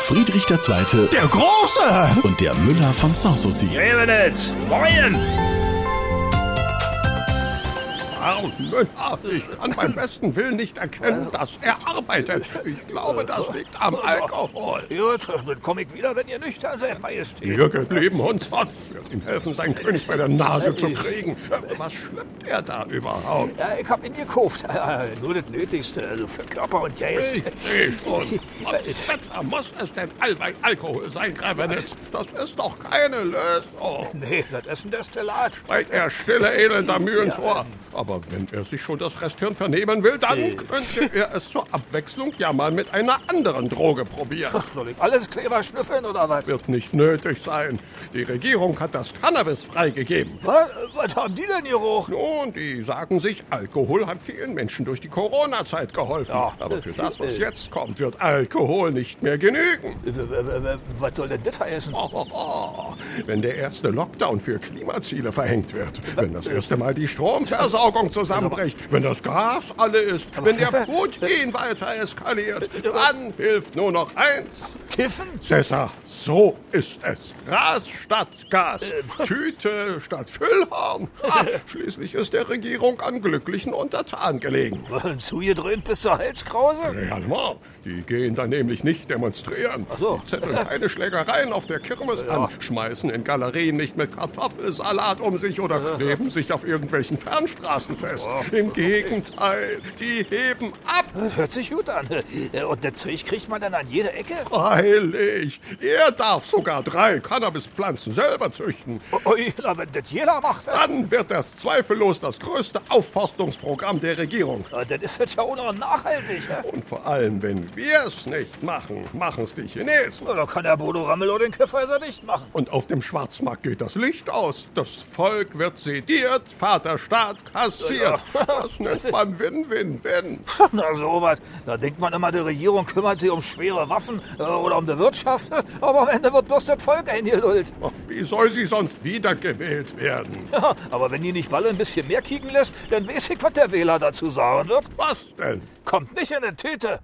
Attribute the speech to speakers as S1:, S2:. S1: Friedrich II.
S2: Der Große!
S1: und der Müller von Sanssouci.
S3: Revenitz, moin!
S2: Arm, ich kann beim besten Willen nicht erkennen, dass er arbeitet. Ich glaube, das liegt am Alkohol.
S3: Gut, dann komm ich wieder, wenn ihr nüchtern seid, Majestät.
S2: Jürgen neben uns hat, wird ihm helfen, seinen König bei der Nase zu kriegen. Was schleppt er da überhaupt?
S3: Ja, ich hab ihn gekauft. Äh, Nur das Nötigste, also für Körper und Geist.
S2: Ich sehe schon. Was Wetter muss es denn allweil Alkohol sein, Grevenitz? Das ist doch keine Lösung.
S3: Nee, das ist ein Destillat.
S2: Weit Halt er stille elender Mühen vor. Aber wenn er sich schon das Resthirn vernehmen will, dann könnte er es zur Abwechslung ja mal mit einer anderen Droge probieren.
S3: Soll ich alles Kleber schnüffeln oder was?
S2: Wird nicht nötig sein. Die Regierung hat das Cannabis freigegeben.
S3: Was, was haben die denn gerochen?
S2: Nun, die sagen sich, Alkohol hat vielen Menschen durch die Corona-Zeit geholfen.
S3: Ja.
S2: Aber für das, was jetzt kommt, wird Alkohol nicht mehr genügen.
S3: W- w- w- Was soll denn das heißen?
S2: Oh, oh, oh. Wenn der erste Lockdown für Klimaziele verhängt wird, wenn das erste Mal die Stromversorgung zusammenbricht, wenn das Gas alle ist, wenn der
S3: Pfeffer-
S2: Putin weiter eskaliert, dann hilft nur noch eins.
S3: Kiffen?
S2: Cäsar, so ist es. Gras statt Gas, Tüte statt Füllhorn. Ha, schließlich ist der Regierung an glücklichen Untertan gelegen.
S3: Zugedröhnt bis zur Halskrause?
S2: Realement, die gehen da nämlich nicht demonstrieren.
S3: Ach so.
S2: Die zetteln keine Schlägereien auf der Kirmes an, schmeißen in Galerien nicht mit Kartoffelsalat um sich oder kleben sich auf irgendwelchen Fernstraßen fest. Im Gegenteil, die heben ab.
S3: Das hört sich gut an. Äh, Und das Zeug kriegt man dann an jeder Ecke?
S2: Freilich, er darf sogar drei Cannabispflanzen selber züchten.
S3: Ui, na, Oh, wenn das jeder macht, äh,
S2: Dann wird das zweifellos das größte Aufforstungsprogramm der Regierung.
S3: äh, dann ist das ja auch noch nachhaltig. äh.
S2: Und vor allem, wenn wir es nicht machen, machen es die Chinesen.
S3: Na, Da kann der Bodo Ramelow den Kiffhäuser dicht machen.
S2: Und auf dem Schwarzmarkt geht das Licht aus. Das Volk wird sediert, Vaterstaat kassiert. Das nennt man Win-Win-Win.
S3: Na sowas. Da denkt man immer, die Regierung kümmert sich um schwere Waffen äh, oder um die Wirtschaft. Aber am Ende wird bloß das Volk eingelullt.
S2: Ach, Wie soll sie sonst wiedergewählt werden?
S3: Ja, aber wenn die nicht Balle ein bisschen mehr kicken lässt, dann weiß ich, was der Wähler dazu sagen wird.
S2: Was denn?
S3: Kommt nicht in eine Tüte.